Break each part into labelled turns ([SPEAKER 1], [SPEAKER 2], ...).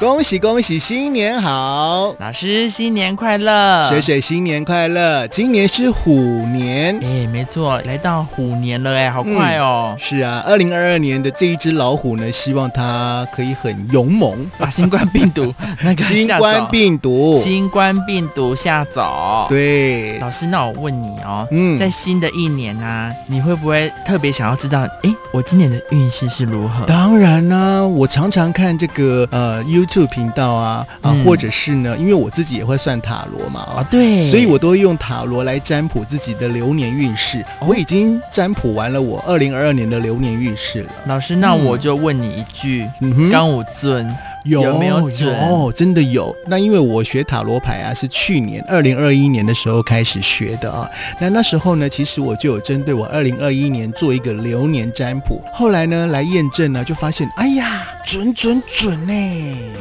[SPEAKER 1] 恭喜恭喜，新年好！
[SPEAKER 2] 老师新年快乐！
[SPEAKER 1] 水水新年快乐！今年是虎年，
[SPEAKER 2] 哎，没错，来到虎年了，哎，好快哦！
[SPEAKER 1] 是啊，二零二二年的这一只老虎呢，希望它可以很勇 猛，
[SPEAKER 2] 把新冠病毒 那个
[SPEAKER 1] 新
[SPEAKER 2] 吓
[SPEAKER 1] 冠
[SPEAKER 2] 走
[SPEAKER 1] 病毒。
[SPEAKER 2] 新冠病毒吓走。，
[SPEAKER 1] 对，
[SPEAKER 2] 老师，那我问你哦，
[SPEAKER 1] 嗯
[SPEAKER 2] 在新的一年啊，你会不会特别想要知道，哎，我今年的运势是如何？
[SPEAKER 1] 当然啦、我常常看这个呃 YouTube 频道啊啊，
[SPEAKER 2] 嗯
[SPEAKER 1] 或者是呢，因为我自己也会算塔罗嘛
[SPEAKER 2] 哦
[SPEAKER 1] 啊，，
[SPEAKER 2] 对，
[SPEAKER 1] 所以我都会用塔罗来占卜自己的流年运势。我已经占卜完了我二零二二年的流年运势了。
[SPEAKER 2] 老师，那
[SPEAKER 1] 嗯
[SPEAKER 2] 我就问你一句，
[SPEAKER 1] 嗯哼
[SPEAKER 2] 刚武尊，
[SPEAKER 1] 有
[SPEAKER 2] 有没有准
[SPEAKER 1] 有真的有。那因为我学塔罗牌啊，是去年二零二一年的时候开始学的啊。那那时候呢，其实我就有针对我二零二一年做一个流年占卜。后来呢，来验证呢，就发现，哎呀，准准准呢、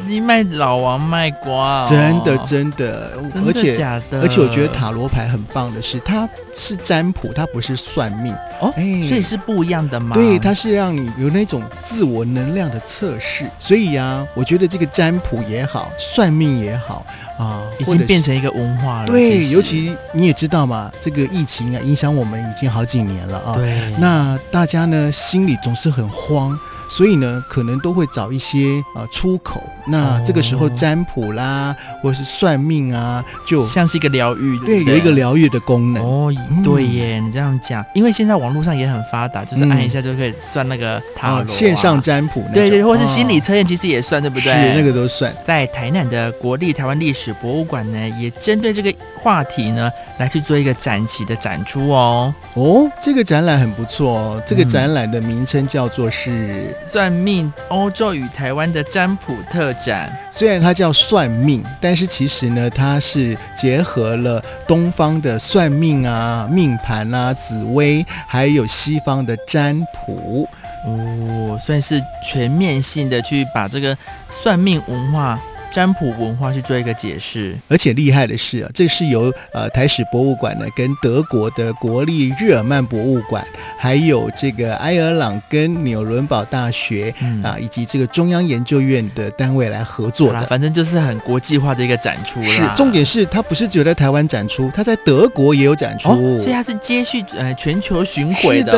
[SPEAKER 2] 你卖老王卖瓜哦、
[SPEAKER 1] 真的真的，
[SPEAKER 2] 真的
[SPEAKER 1] 而且。
[SPEAKER 2] 假的？
[SPEAKER 1] 而且我觉得塔罗牌很棒的是，它是占卜，它不是算命
[SPEAKER 2] 哦
[SPEAKER 1] 哎
[SPEAKER 2] 所以是不一样的吗？
[SPEAKER 1] 对，它是让你有那种自我能量的测试。所以呀、我觉得这个占卜也好，算命也好啊，
[SPEAKER 2] 已
[SPEAKER 1] 或者
[SPEAKER 2] 经变
[SPEAKER 1] 是
[SPEAKER 2] 成一个文化了。
[SPEAKER 1] 对，
[SPEAKER 2] 实
[SPEAKER 1] 尤其你也知道嘛，这个疫情啊，影响我们已经好几年了啊。
[SPEAKER 2] 对
[SPEAKER 1] 那大家呢，心里总是很慌。所以呢，可能都会找一些啊、呃出口。那这个时候
[SPEAKER 2] 哦
[SPEAKER 1] 占卜啦，或者是算命啊，就
[SPEAKER 2] 像是一个疗愈，
[SPEAKER 1] 对
[SPEAKER 2] 不
[SPEAKER 1] 有一个疗愈的功能。
[SPEAKER 2] 哦
[SPEAKER 1] 嗯，
[SPEAKER 2] 对耶，你这样讲，因为现在网络上也很发达，就是
[SPEAKER 1] 嗯
[SPEAKER 2] 按一下就可以算那个塔罗啊、
[SPEAKER 1] 啊线上占卜那种，
[SPEAKER 2] 对对，或是心理
[SPEAKER 1] 哦
[SPEAKER 2] 测验，其实也算，对不对？
[SPEAKER 1] 是那个都算。
[SPEAKER 2] 在台南的国立台湾历史博物馆呢，也针对这个话题呢，来去做一个展期的展出哦。
[SPEAKER 1] 哦，这个展览很不错哦。这个
[SPEAKER 2] 嗯
[SPEAKER 1] 展览的名称叫做是，
[SPEAKER 2] 算命欧洲与台湾的占卜特展，
[SPEAKER 1] 虽然它叫算命，但是其实呢，它是结合了东方的算命啊、命盘啊、紫薇，还有西方的占卜。
[SPEAKER 2] 哦，算是全面性的去把这个算命文化、占卜文化去做一个解释。
[SPEAKER 1] 而且厉害的是啊，这是由呃台史博物馆呢跟德国的国立日耳曼博物馆，还有这个埃尔朗跟纽伦堡大学
[SPEAKER 2] 嗯
[SPEAKER 1] 啊、以及这个中央研究院的单位来合作
[SPEAKER 2] 好
[SPEAKER 1] 的
[SPEAKER 2] 啦，。反正就是很国际化的一个展出啦。
[SPEAKER 1] 是，重点是它不是只有在台湾展出，它在德国也有展出。
[SPEAKER 2] 哦，所以它是接续呃全球巡回
[SPEAKER 1] 是
[SPEAKER 2] 的,、哦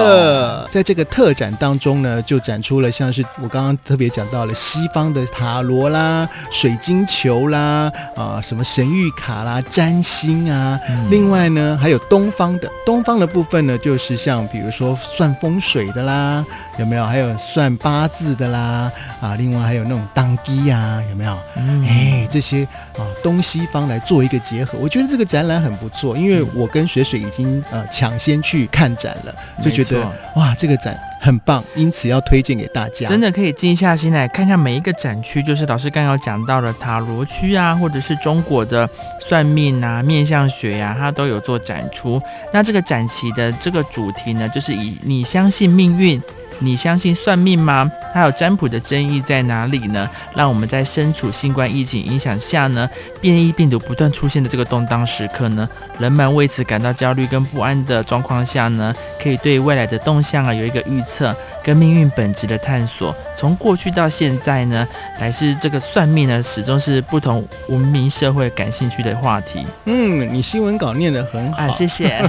[SPEAKER 1] 的，在这个特展当中呢，就展出了像是我刚刚特别讲到了西方的塔罗啦、水晶球啦、啊、什么神谕卡啦、占星啊，
[SPEAKER 2] 嗯
[SPEAKER 1] 另外呢，还有东方的，东方的部分呢，就是像比如说算风水的啦，有没有？还有算八字的啦，啊，另外还有那种当机呀，有没有？
[SPEAKER 2] 嗯
[SPEAKER 1] 哎，这些啊东西方来做一个结合，我觉得这个展览很不错，因
[SPEAKER 2] 嗯
[SPEAKER 1] 为我跟水水已经呃抢先去看展了，就觉
[SPEAKER 2] 没
[SPEAKER 1] 得
[SPEAKER 2] 错
[SPEAKER 1] 哇这个展很棒，因此要推荐给大家。
[SPEAKER 2] 真
[SPEAKER 1] 的，
[SPEAKER 2] 的可以静下心来看看每一个展区，就是老师刚刚有讲到的塔罗区啊，或者是中国的算命啊、面相学呀、它都有做展出。那这个展期的这个主题呢，就是以你相信命运。你相信算命吗？还有占卜的争议在哪里呢？让我们在身处新冠疫情影响下呢，变异病毒不断出现的这个动荡时刻呢，人们为此感到焦虑跟不安的状况下呢，可以对未来的动向啊有一个预测。跟命运本质的探索，从过去到现在呢，乃是这个算命呢，始终是不同文明社会感兴趣的话题。
[SPEAKER 1] 嗯，你新闻稿念得很好，
[SPEAKER 2] 啊，谢谢。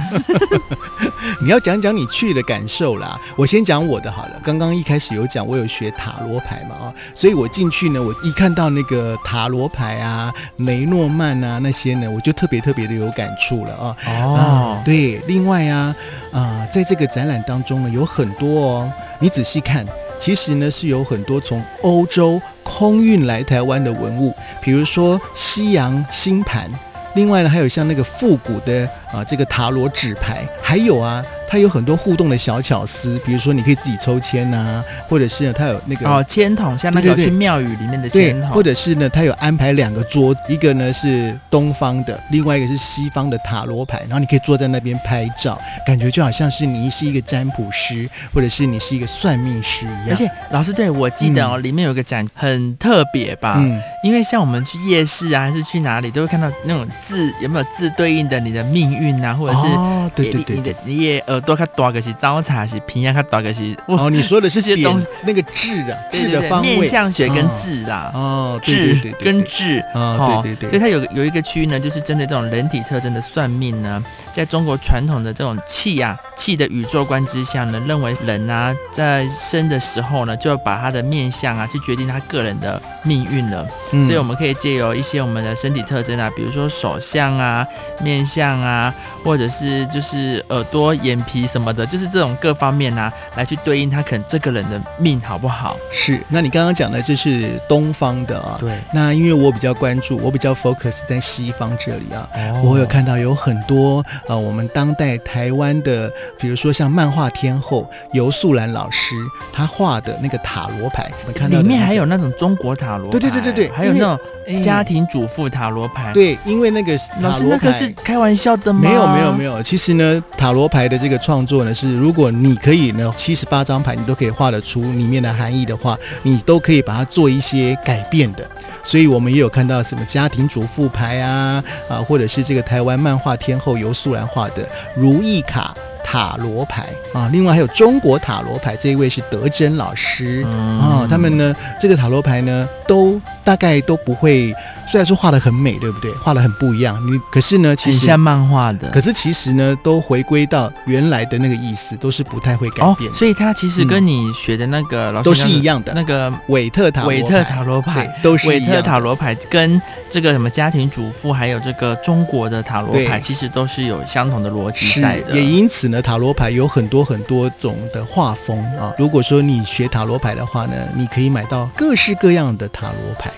[SPEAKER 1] 你要讲讲你去的感受啦。我先讲我的好了。刚刚一开始有讲，我有学塔罗牌嘛，哦，所以我进去呢，我一看到那个塔罗牌啊、雷诺曼啊那些呢，我就特别特别的有感触了啊、啊
[SPEAKER 2] 哦，，
[SPEAKER 1] 对，另外啊，啊，在这个展览当中呢，有很多哦，你仔细看，其实呢是有很多从欧洲空运来台湾的文物，比如说西洋星盘，另外呢还有像那个复古的啊这个塔罗纸牌，还有啊。它有很多互动的小巧思，比如说你可以自己抽签呐、或者是呢它有那个
[SPEAKER 2] 哦，签筒像那
[SPEAKER 1] 对
[SPEAKER 2] 个
[SPEAKER 1] 对对
[SPEAKER 2] 去庙宇里面的
[SPEAKER 1] 对
[SPEAKER 2] 签，筒，
[SPEAKER 1] 或者是呢，他有安排两个桌，一个呢是东方的，另外一个是西方的塔罗牌，然后你可以坐在那边拍照，感觉就好像是你是一个占卜师，或者是你是一个算命师一样。
[SPEAKER 2] 而且老师对我记得哦，里面有个展很特别吧，
[SPEAKER 1] 嗯，
[SPEAKER 2] 因为像我们去夜市啊，还是去哪里，都会看到那种字有没有字对应的你的命运啊，或者是
[SPEAKER 1] 哦，对对对
[SPEAKER 2] 你
[SPEAKER 1] 对
[SPEAKER 2] 的。你的耳朵较大个是糟茶是平安较大个是
[SPEAKER 1] 哦，你说的是
[SPEAKER 2] 这些东
[SPEAKER 1] 点那个痣啊，
[SPEAKER 2] 对
[SPEAKER 1] 痣
[SPEAKER 2] 对
[SPEAKER 1] 的
[SPEAKER 2] 对
[SPEAKER 1] 方位，
[SPEAKER 2] 面相学跟
[SPEAKER 1] 哦
[SPEAKER 2] 痣啦，
[SPEAKER 1] 哦，对对
[SPEAKER 2] 痣
[SPEAKER 1] 对对，
[SPEAKER 2] 跟
[SPEAKER 1] 对
[SPEAKER 2] 痣。哦
[SPEAKER 1] 啊，对对
[SPEAKER 2] 所
[SPEAKER 1] 对，
[SPEAKER 2] 以它有有一个区域呢，就是针对这种人体特征的算命呢，在中国传统的这种气啊气的宇宙观之下呢，认为人啊在生的时候呢，就要把他的面相啊去决定他个人的命运了。
[SPEAKER 1] 嗯
[SPEAKER 2] 所以我们可以借由一些我们的身体特征啊，比如说手相啊、面相啊，或者是就是耳朵、眼皮什么的，就是这种各方面啊，来去对应他可能这个人的命好不好？
[SPEAKER 1] 是，那你刚刚讲的这是东方的啊，
[SPEAKER 2] 对，
[SPEAKER 1] 那因为我比较关注，我比较 focus 在西方这里啊。
[SPEAKER 2] 哦
[SPEAKER 1] 我有看到有很多呃，我们当代台湾的，比如说像漫画天后游素兰老师，她画的那个塔罗牌，我们看到的
[SPEAKER 2] 里面
[SPEAKER 1] 那个
[SPEAKER 2] 还有那种中国塔罗牌，
[SPEAKER 1] 对对对对对
[SPEAKER 2] 还有
[SPEAKER 1] 因
[SPEAKER 2] 那
[SPEAKER 1] 为
[SPEAKER 2] 种
[SPEAKER 1] 哎
[SPEAKER 2] 家庭主妇塔罗牌。，
[SPEAKER 1] 对，因为那个
[SPEAKER 2] 老
[SPEAKER 1] 塔
[SPEAKER 2] 师
[SPEAKER 1] 罗
[SPEAKER 2] 那
[SPEAKER 1] 牌
[SPEAKER 2] 个是开玩笑的吗？
[SPEAKER 1] 没有没有没有，其实呢，塔罗牌的这个创作呢，是如果你可以呢，七十八张牌你都可以画得出里面的含义的话，你都可以把它做一些改变的。所以我们也有看到什么家庭主妇牌啊，啊，或者是这个台湾漫画天后游素兰画的如意卡。塔罗牌啊，另外还有中国塔罗牌，这一位是德珍老师，
[SPEAKER 2] 嗯
[SPEAKER 1] 哦，他们呢，这个塔罗牌呢，都大概都不会，虽然说画的很美，对不对？画的很不一样，你可是呢，其
[SPEAKER 2] 很
[SPEAKER 1] 实
[SPEAKER 2] 像漫画的
[SPEAKER 1] 可。是其实呢，都回归到原来的那个意思，都是不太会改
[SPEAKER 2] 哦
[SPEAKER 1] 变，的。
[SPEAKER 2] 所以它其实跟你学的那个老师
[SPEAKER 1] 都是
[SPEAKER 2] 刚刚
[SPEAKER 1] 一样的
[SPEAKER 2] 那个
[SPEAKER 1] 韦特塔罗牌
[SPEAKER 2] 韦特塔罗牌，
[SPEAKER 1] 对都是
[SPEAKER 2] 韦
[SPEAKER 1] 一样
[SPEAKER 2] 特
[SPEAKER 1] 的
[SPEAKER 2] 塔罗牌跟这个什么家庭主妇，还有这个中国的塔罗牌，
[SPEAKER 1] 对
[SPEAKER 2] 其实都是有相同的逻辑
[SPEAKER 1] 是
[SPEAKER 2] 在的。
[SPEAKER 1] 也因此呢，塔罗牌有很多很多种的画风啊。如果说你学塔罗牌的话呢，你可以买到各式各样的塔罗牌。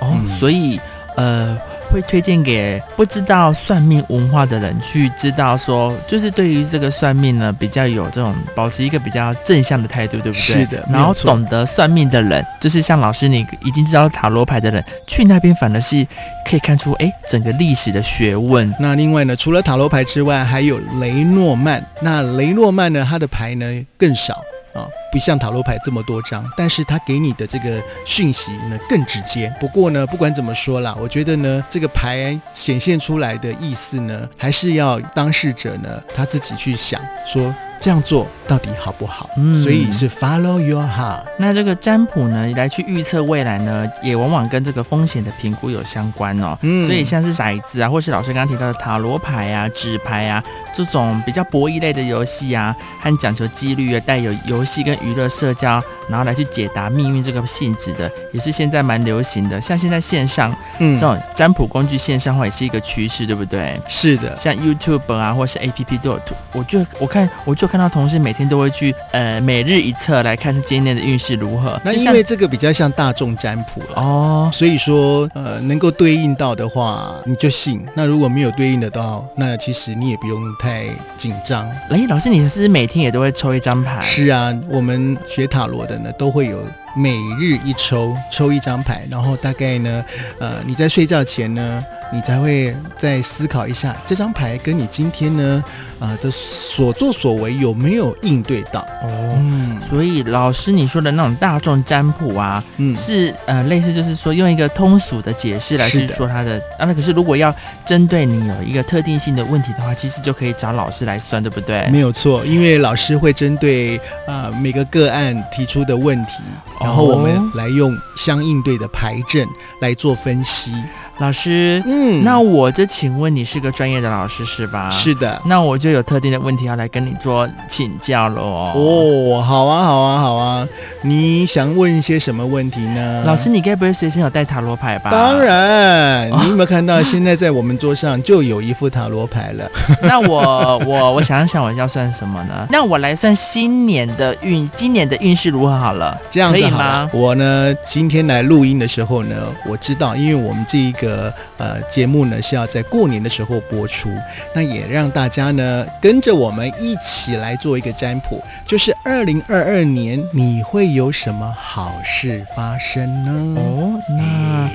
[SPEAKER 2] 哦，
[SPEAKER 1] 嗯
[SPEAKER 2] 所以呃，会推荐给不知道算命文化的人去知道说，就是对于这个算命呢，比较有这种保持一个比较正向的态度，对不对？
[SPEAKER 1] 是的没
[SPEAKER 2] 然
[SPEAKER 1] 有
[SPEAKER 2] 后
[SPEAKER 1] 错
[SPEAKER 2] 懂得算命的人，就是像老师你已经知道塔罗牌的人，去那边反而是可以看出哎整个历史的学问。
[SPEAKER 1] 那另外呢，除了塔罗牌之外，还有雷诺曼。那雷诺曼呢，它的牌呢更少啊，不像塔罗牌这么多张，但是它给你的这个讯息呢更直接。不过呢，不管怎么说啦，我觉得呢，这个牌显现出来的意思呢，还是要当事者呢他自己去想，说这样做到底好不好。
[SPEAKER 2] 嗯
[SPEAKER 1] 所以是 follow your heart。
[SPEAKER 2] 那这个占卜呢，来去预测未来呢，也往往跟这个风险的评估有相关哦。
[SPEAKER 1] 嗯
[SPEAKER 2] 所以像是骰子啊，或是老师刚刚提到的塔罗牌啊、纸牌啊这种比较博弈类的游戏啊，和讲求几率啊，带有游戏跟娱乐社交，然后来去解答命运这个性质的，也是现在蛮流行的。像现在线上
[SPEAKER 1] 嗯
[SPEAKER 2] 这种占卜工具线上化也是一个趋势，对不对？
[SPEAKER 1] 是的，
[SPEAKER 2] 像 YouTube 啊，或是 APP 都有图，我就我看我就看到同事每天都会去呃每日一测来看今天的运势如何。
[SPEAKER 1] 那
[SPEAKER 2] 就
[SPEAKER 1] 因
[SPEAKER 2] 像
[SPEAKER 1] 为这个比较像大众占卜了。
[SPEAKER 2] 哦，
[SPEAKER 1] 所以说，呃，能够对应到的话，你就信；那如果没有对应得到，那其实你也不用太紧张。
[SPEAKER 2] 哎，老师你是不是每天也都会抽一张牌？
[SPEAKER 1] 是啊，我们学塔罗的呢，都会有每日一抽，抽一张牌，然后大概呢，呃，你在睡觉前呢，你才会再思考一下这张牌跟你今天呢，啊、的所作所为有没有应对到。
[SPEAKER 2] 哦。
[SPEAKER 1] 嗯
[SPEAKER 2] 所以老师你说的那种大众占卜啊，
[SPEAKER 1] 嗯，
[SPEAKER 2] 是呃类似就是说用一个通俗的解释来去
[SPEAKER 1] 是的
[SPEAKER 2] 说它的啊，那可是如果要针对你有一个特定性的问题的话，其实就可以找老师来算，对不对？
[SPEAKER 1] 没有错，因为老师会针对呃每个个案提出的问题，
[SPEAKER 2] 哦
[SPEAKER 1] 然后我们来用相应对的牌阵来做分析。
[SPEAKER 2] 老师，
[SPEAKER 1] 嗯
[SPEAKER 2] 那我这请问你是个专业的老师是吧？
[SPEAKER 1] 是的。
[SPEAKER 2] 那我就有特定的问题要来跟你做请教了哦。
[SPEAKER 1] 哦，好啊，好啊，好啊！你想问一些什么问题呢？
[SPEAKER 2] 老师，，哦你该不会随身有带塔罗牌吧？
[SPEAKER 1] 当。然，你有没有看到现在在我们桌上就有一副塔罗牌了？
[SPEAKER 2] 那我我我想想，我要算什么呢？那我来算新年的运，今年的运势如何好了？
[SPEAKER 1] 这样
[SPEAKER 2] 可
[SPEAKER 1] 子
[SPEAKER 2] 以
[SPEAKER 1] 好
[SPEAKER 2] 吗
[SPEAKER 1] 了，？我呢今天来录音的时候呢，我知道，因为我们这一个呃节目呢是要在过年的时候播出，那也让大家呢跟着我们一起来做一个占卜，就是二零二二年你会有什么好事发生呢？
[SPEAKER 2] 哦哦，那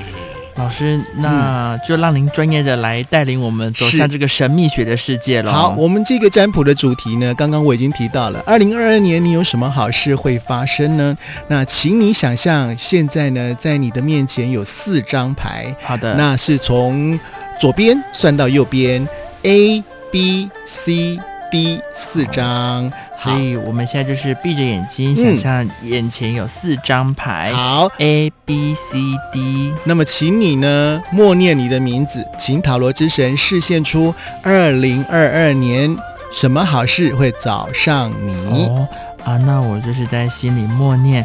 [SPEAKER 2] 老师，那就让您专业的来带领我们走
[SPEAKER 1] 是
[SPEAKER 2] 向这个神秘学的世界了。
[SPEAKER 1] 好，我们这个占卜的主题呢，刚刚我已经提到了，二零二二年你有什么好事会发生呢？那请你想象，现在呢，在你的面前有四张牌，
[SPEAKER 2] 好的，
[SPEAKER 1] 那是从左边算到右边，A、B、C、D 四张。
[SPEAKER 2] 所以我们现在就是闭着眼睛，想象眼前有四张牌
[SPEAKER 1] 好，
[SPEAKER 2] A B C D。
[SPEAKER 1] 那么请你呢默念你的名字，请塔罗之神示现出二零二二年什么好事会找上你。
[SPEAKER 2] 哦啊，那我就是在心里默念，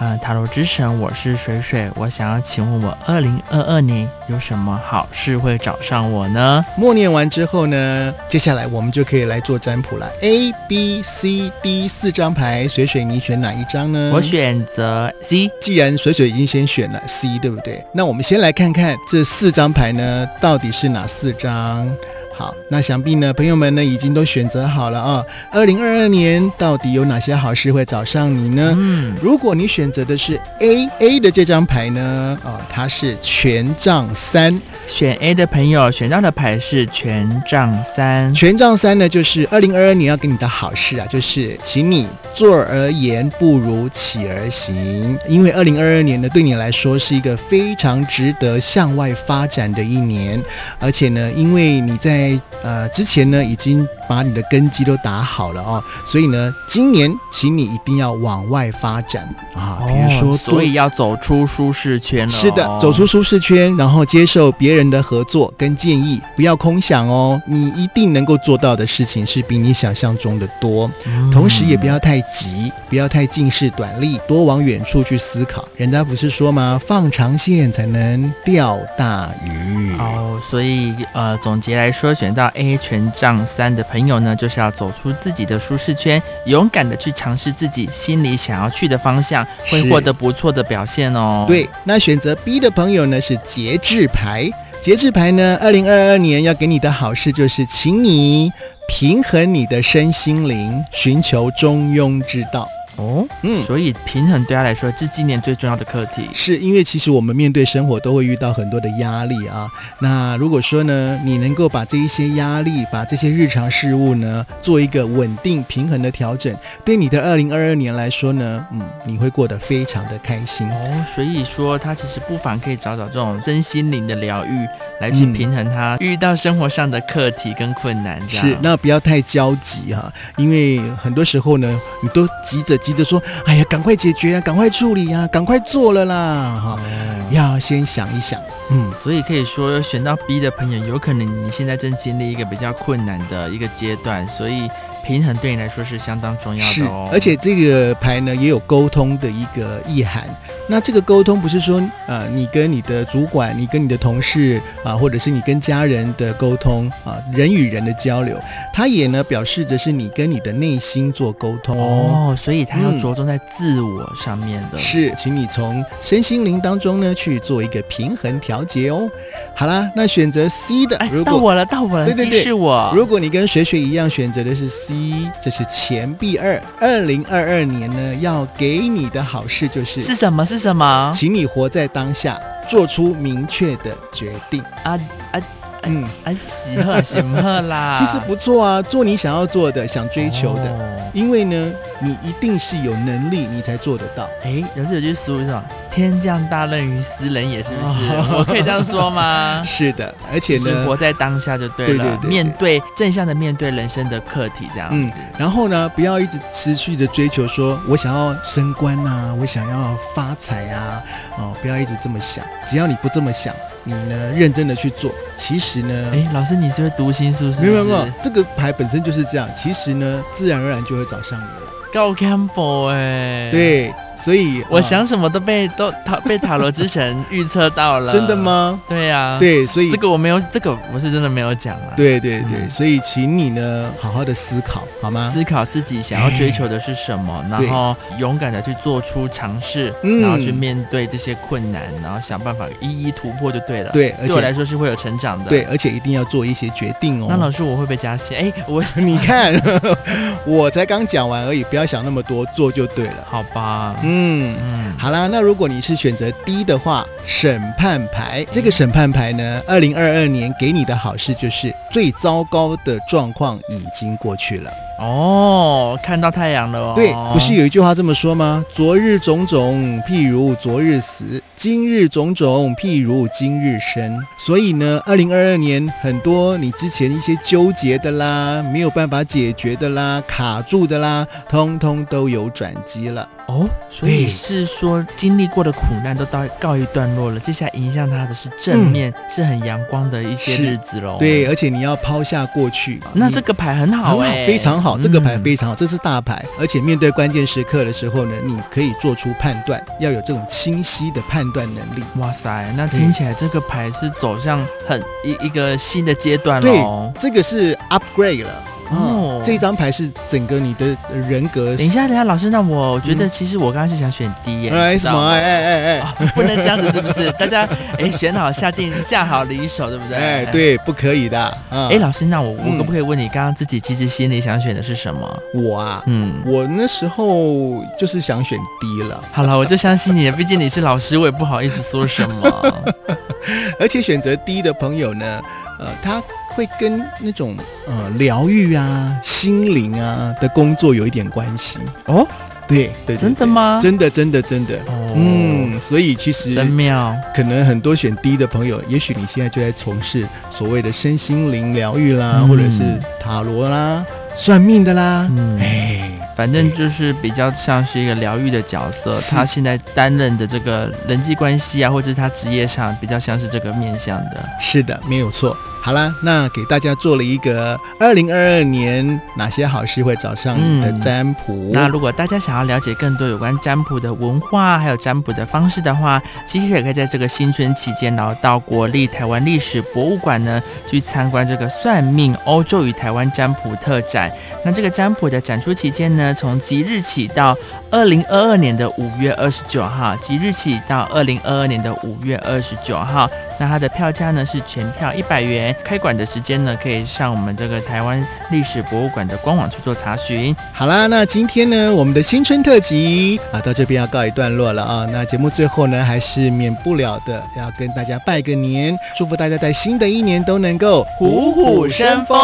[SPEAKER 2] 呃，塔罗之神，我是水水，我想要请问我二零二二年有什么好事会找上我呢？
[SPEAKER 1] 默念完之后呢，接下来我们就可以来做占卜了。A、B、C、D 四张牌，水水你选哪一张呢？
[SPEAKER 2] 我。选择 C。
[SPEAKER 1] 既然水水已经先选了 C，对不对？那我们先来看看这四张牌呢，到底是哪四张？好，那想必呢，朋友们呢已经都选择好了啊、2二零二二年到底有哪些好事会找上你呢？
[SPEAKER 2] 嗯，
[SPEAKER 1] 如果你选择的是 A A 的这张牌呢，啊、它是权杖三，
[SPEAKER 2] 选 A 的朋友选到的牌是权杖三。
[SPEAKER 1] 权杖三呢，就是二零二二年要给你的好事啊，就是请你坐而言不如起而行，因为二零二二年呢，对你来说是一个非常值得向外发展的一年，而且呢，因为你在呃之前呢已经把你的根基都打好了哦，所以呢，今年请你一定要往外发展啊，比如说
[SPEAKER 2] 哦
[SPEAKER 1] 多
[SPEAKER 2] 所以要走出舒适圈了、哦
[SPEAKER 1] 是的，走出。舒适圈，然后接受别人的合作跟建议，不要空想哦。你一定能够做到的事情是比你想象中的多，
[SPEAKER 2] 嗯
[SPEAKER 1] 同时也不要太急，不要太近视短利，多往远处去思考。人家不是说吗？放长线才能钓大鱼。
[SPEAKER 2] 哦，所以呃，总结来说，选到 A 权杖三的朋友呢，就是要走出自己的舒适圈，勇敢的去尝试自己心里想要去的方向，会
[SPEAKER 1] 是
[SPEAKER 2] 获得不错的表现哦。，
[SPEAKER 1] 对，那选择 B 的朋友呢是节制牌。节制牌呢，二零二二年要给你的好事就是，请你平衡你的身心灵，寻求中庸之道。
[SPEAKER 2] 哦，
[SPEAKER 1] 嗯，
[SPEAKER 2] 所以平衡对他来说是今年最重要的课题。
[SPEAKER 1] 是因为其实我们面对生活都会遇到很多的压力啊。那如果说呢，你能够把这一些压力，把这些日常事务呢，做一个稳定平衡的调整，对你的二零二二年来说呢，嗯，你会过得非常的开心。
[SPEAKER 2] 哦，所以说他其实不妨可以找找这种身心灵的疗愈，来去
[SPEAKER 1] 嗯
[SPEAKER 2] 平衡他遇到生活上的课题跟困难。这样
[SPEAKER 1] 是，那不要太焦急哈、因为很多时候呢，你都急着急着说，哎呀，赶快解决啊，赶快处理啊，赶快做了啦，哈、
[SPEAKER 2] 哦
[SPEAKER 1] 要先想一想，嗯，
[SPEAKER 2] 所以可以说，选到 B 的朋友，有可能你现在正经历一个比较困难的一个阶段，所以平衡对你来说是相当重要
[SPEAKER 1] 是
[SPEAKER 2] 的哦。，
[SPEAKER 1] 而且这个牌呢也有沟通的一个意涵。那这个沟通不是说，呃，你跟你的主管、你跟你的同事啊、或者是你跟家人的沟通啊、人与人的交流，它也呢表示着是你跟你的内心做沟通。
[SPEAKER 2] 哦，所以他要
[SPEAKER 1] 嗯
[SPEAKER 2] 着重在自我上面的。
[SPEAKER 1] 是，请你从身心灵当中呢去做一个平衡调节哦。好啦，那选择 C 的
[SPEAKER 2] 哎，，
[SPEAKER 1] 如
[SPEAKER 2] 到
[SPEAKER 1] 果
[SPEAKER 2] 我了，到我了，
[SPEAKER 1] 对对对
[SPEAKER 2] C 是我。
[SPEAKER 1] 如果你跟水水一样选择的是 C，这是钱币二。二零二二年呢，要给你的好事就是，
[SPEAKER 2] 是什么？是什么？
[SPEAKER 1] 请你活在当下，做出明确的决定。
[SPEAKER 2] 啊啊
[SPEAKER 1] 嗯，
[SPEAKER 2] 啊！喜贺喜贺啦！
[SPEAKER 1] 其实不错啊，做你想要做的，想追求的。
[SPEAKER 2] 哦
[SPEAKER 1] 因为呢，你一定是有能力，你才做得到。
[SPEAKER 2] 哎，有是有句俗语说“天降大任于斯人也”，是不是？
[SPEAKER 1] 哦
[SPEAKER 2] 我可以这样说 吗？
[SPEAKER 1] 是的，而且
[SPEAKER 2] 啊就是
[SPEAKER 1] 呢
[SPEAKER 2] 活，在当下就对了，
[SPEAKER 1] 对对对对
[SPEAKER 2] 面对正向的面对人生的课题这样子。
[SPEAKER 1] 嗯然后呢，不要一直持续的追求说，我想要升官啊，我想要发财啊，哦，不要一直这么想。只要你不这么想，你呢认真的去做，其实呢，
[SPEAKER 2] 哎、老师，你是会读心术是不
[SPEAKER 1] 没有
[SPEAKER 2] 是？
[SPEAKER 1] 没有没有，这个牌本身就是这样，其实呢，自然而然就会找上你了。
[SPEAKER 2] 高 Campbell 哎、，
[SPEAKER 1] 对，所以
[SPEAKER 2] 我
[SPEAKER 1] 啊
[SPEAKER 2] 想什么都被都 塔被塔罗之神预测到了。
[SPEAKER 1] 真的？吗？
[SPEAKER 2] 对呀、啊，，
[SPEAKER 1] 对，所以
[SPEAKER 2] 这个我没有，这个我是真的没有讲啊。，
[SPEAKER 1] 对对对，
[SPEAKER 2] 嗯
[SPEAKER 1] 所以请你呢好好的思考好吗？
[SPEAKER 2] 思考自己想要追求的是什么，然
[SPEAKER 1] 啊对
[SPEAKER 2] 后勇敢的去做出尝试，
[SPEAKER 1] 嗯
[SPEAKER 2] 然后去面对这些困难，然后想办法一一突破就对了。，
[SPEAKER 1] 对，而
[SPEAKER 2] 对我来
[SPEAKER 1] 且
[SPEAKER 2] 说是会有成长的。
[SPEAKER 1] 对，，而且一定要做一些决定
[SPEAKER 2] 那老
[SPEAKER 1] 哦。
[SPEAKER 2] 师我会被加薪？哎、我
[SPEAKER 1] 你看，我才刚讲完而已，不要想那么多，做就对了。
[SPEAKER 2] 好吧，
[SPEAKER 1] 嗯嗯，
[SPEAKER 2] 嗯，
[SPEAKER 1] 好啦，那如果你是选择 D 的话，审判牌，这个审判牌呢，二零二二年给你的好事就是最糟糕的状况已经过去了。
[SPEAKER 2] 哦，看到太阳了哦。
[SPEAKER 1] 对，不是有一句话这么说吗？昨日种种，譬如昨日死；今日种种，譬如今日生。所以呢，二零二二年很多你之前一些纠结的啦，没有办法解决的啦，卡住的啦，通通都有转机了。
[SPEAKER 2] 哦，所以
[SPEAKER 1] 对
[SPEAKER 2] 是说经历过的苦难都到告一段落了，接下来影响他的是正面，是很阳光的一些
[SPEAKER 1] 嗯是
[SPEAKER 2] 日子喽。
[SPEAKER 1] 对，，而且你要抛下过去。
[SPEAKER 2] 哦那
[SPEAKER 1] 你
[SPEAKER 2] 这个牌很
[SPEAKER 1] 很
[SPEAKER 2] 好哎、
[SPEAKER 1] 非常好，这个牌
[SPEAKER 2] 嗯
[SPEAKER 1] 非常好，这是大牌，而且面对关键时刻的时候呢，你可以做出判断，要有这种清晰的判断能力。
[SPEAKER 2] 哇塞，那
[SPEAKER 1] 对
[SPEAKER 2] 听起来这个牌是走向很一一个新的阶段
[SPEAKER 1] 对
[SPEAKER 2] 喽。
[SPEAKER 1] 这个是 upgrade 了。
[SPEAKER 2] 哦
[SPEAKER 1] 哦，这张牌是整个你的人格。
[SPEAKER 2] 等一下，等一下，老师，那我觉得其实我刚刚是想选 D 耶、
[SPEAKER 1] 嗯哎，
[SPEAKER 2] 你知
[SPEAKER 1] 什
[SPEAKER 2] 道
[SPEAKER 1] 么？
[SPEAKER 2] 吗
[SPEAKER 1] 哎哎哎哎，
[SPEAKER 2] 不能这样子，是不是？大家哎、选好下定下好离手，对不对？
[SPEAKER 1] 哎，。对，不可以的。啊
[SPEAKER 2] 哎、，老师，那我我
[SPEAKER 1] 嗯
[SPEAKER 2] 可不可以问你，刚刚自己其实心里想选的是什么？
[SPEAKER 1] 我啊，
[SPEAKER 2] 嗯，
[SPEAKER 1] 我那时候就是想选 D 了，
[SPEAKER 2] 好了，我就相信你了，毕竟你是老师，我也不好意思说 什么。
[SPEAKER 1] 而且选择 D 的朋友呢，呃，他会跟那种呃疗愈啊、心灵啊的工作有一点关系。
[SPEAKER 2] 哦，
[SPEAKER 1] 对对，对
[SPEAKER 2] 真的
[SPEAKER 1] 对
[SPEAKER 2] 吗？
[SPEAKER 1] 真的真的真的。
[SPEAKER 2] 哦，
[SPEAKER 1] 嗯，所以其实
[SPEAKER 2] 真妙。
[SPEAKER 1] 可能很多选 D 的朋友，也许你现在就在从事所谓的身心灵疗愈啦，
[SPEAKER 2] 嗯
[SPEAKER 1] 或者是塔罗啦、算命的啦，
[SPEAKER 2] 嗯
[SPEAKER 1] 哎、
[SPEAKER 2] 反正就是比较像是一个疗愈的角色，
[SPEAKER 1] 是
[SPEAKER 2] 他现在担任的这个人际关系啊，或者是他职业上比较像是这个面向的。
[SPEAKER 1] 是的，没有错。好啦，那给大家做了一个二零二二年哪些好事会找上你的
[SPEAKER 2] 嗯
[SPEAKER 1] 占卜。
[SPEAKER 2] 那如果大家想要了解更多有关占卜的文化，还有占卜的方式的话，其实也可以在这个新春期间，然后到国立台湾历史博物馆呢，去参观这个算命欧洲与台湾占卜特展。那这个占卜的展出期间呢，从即日起到二零二二年的五月二十九号，即日起到二零二二年的五月二十九号。那它的票价呢是全票一百元，开馆的时间呢可以上我们这个台湾历史博物馆的官网去做查询。
[SPEAKER 1] 好啦，那今天呢，我们的新春特辑啊，到这边要告一段落了啊。那节目最后呢，还是免不了的要跟大家拜个年，祝福大家在新的一年都能够
[SPEAKER 2] 虎虎生风。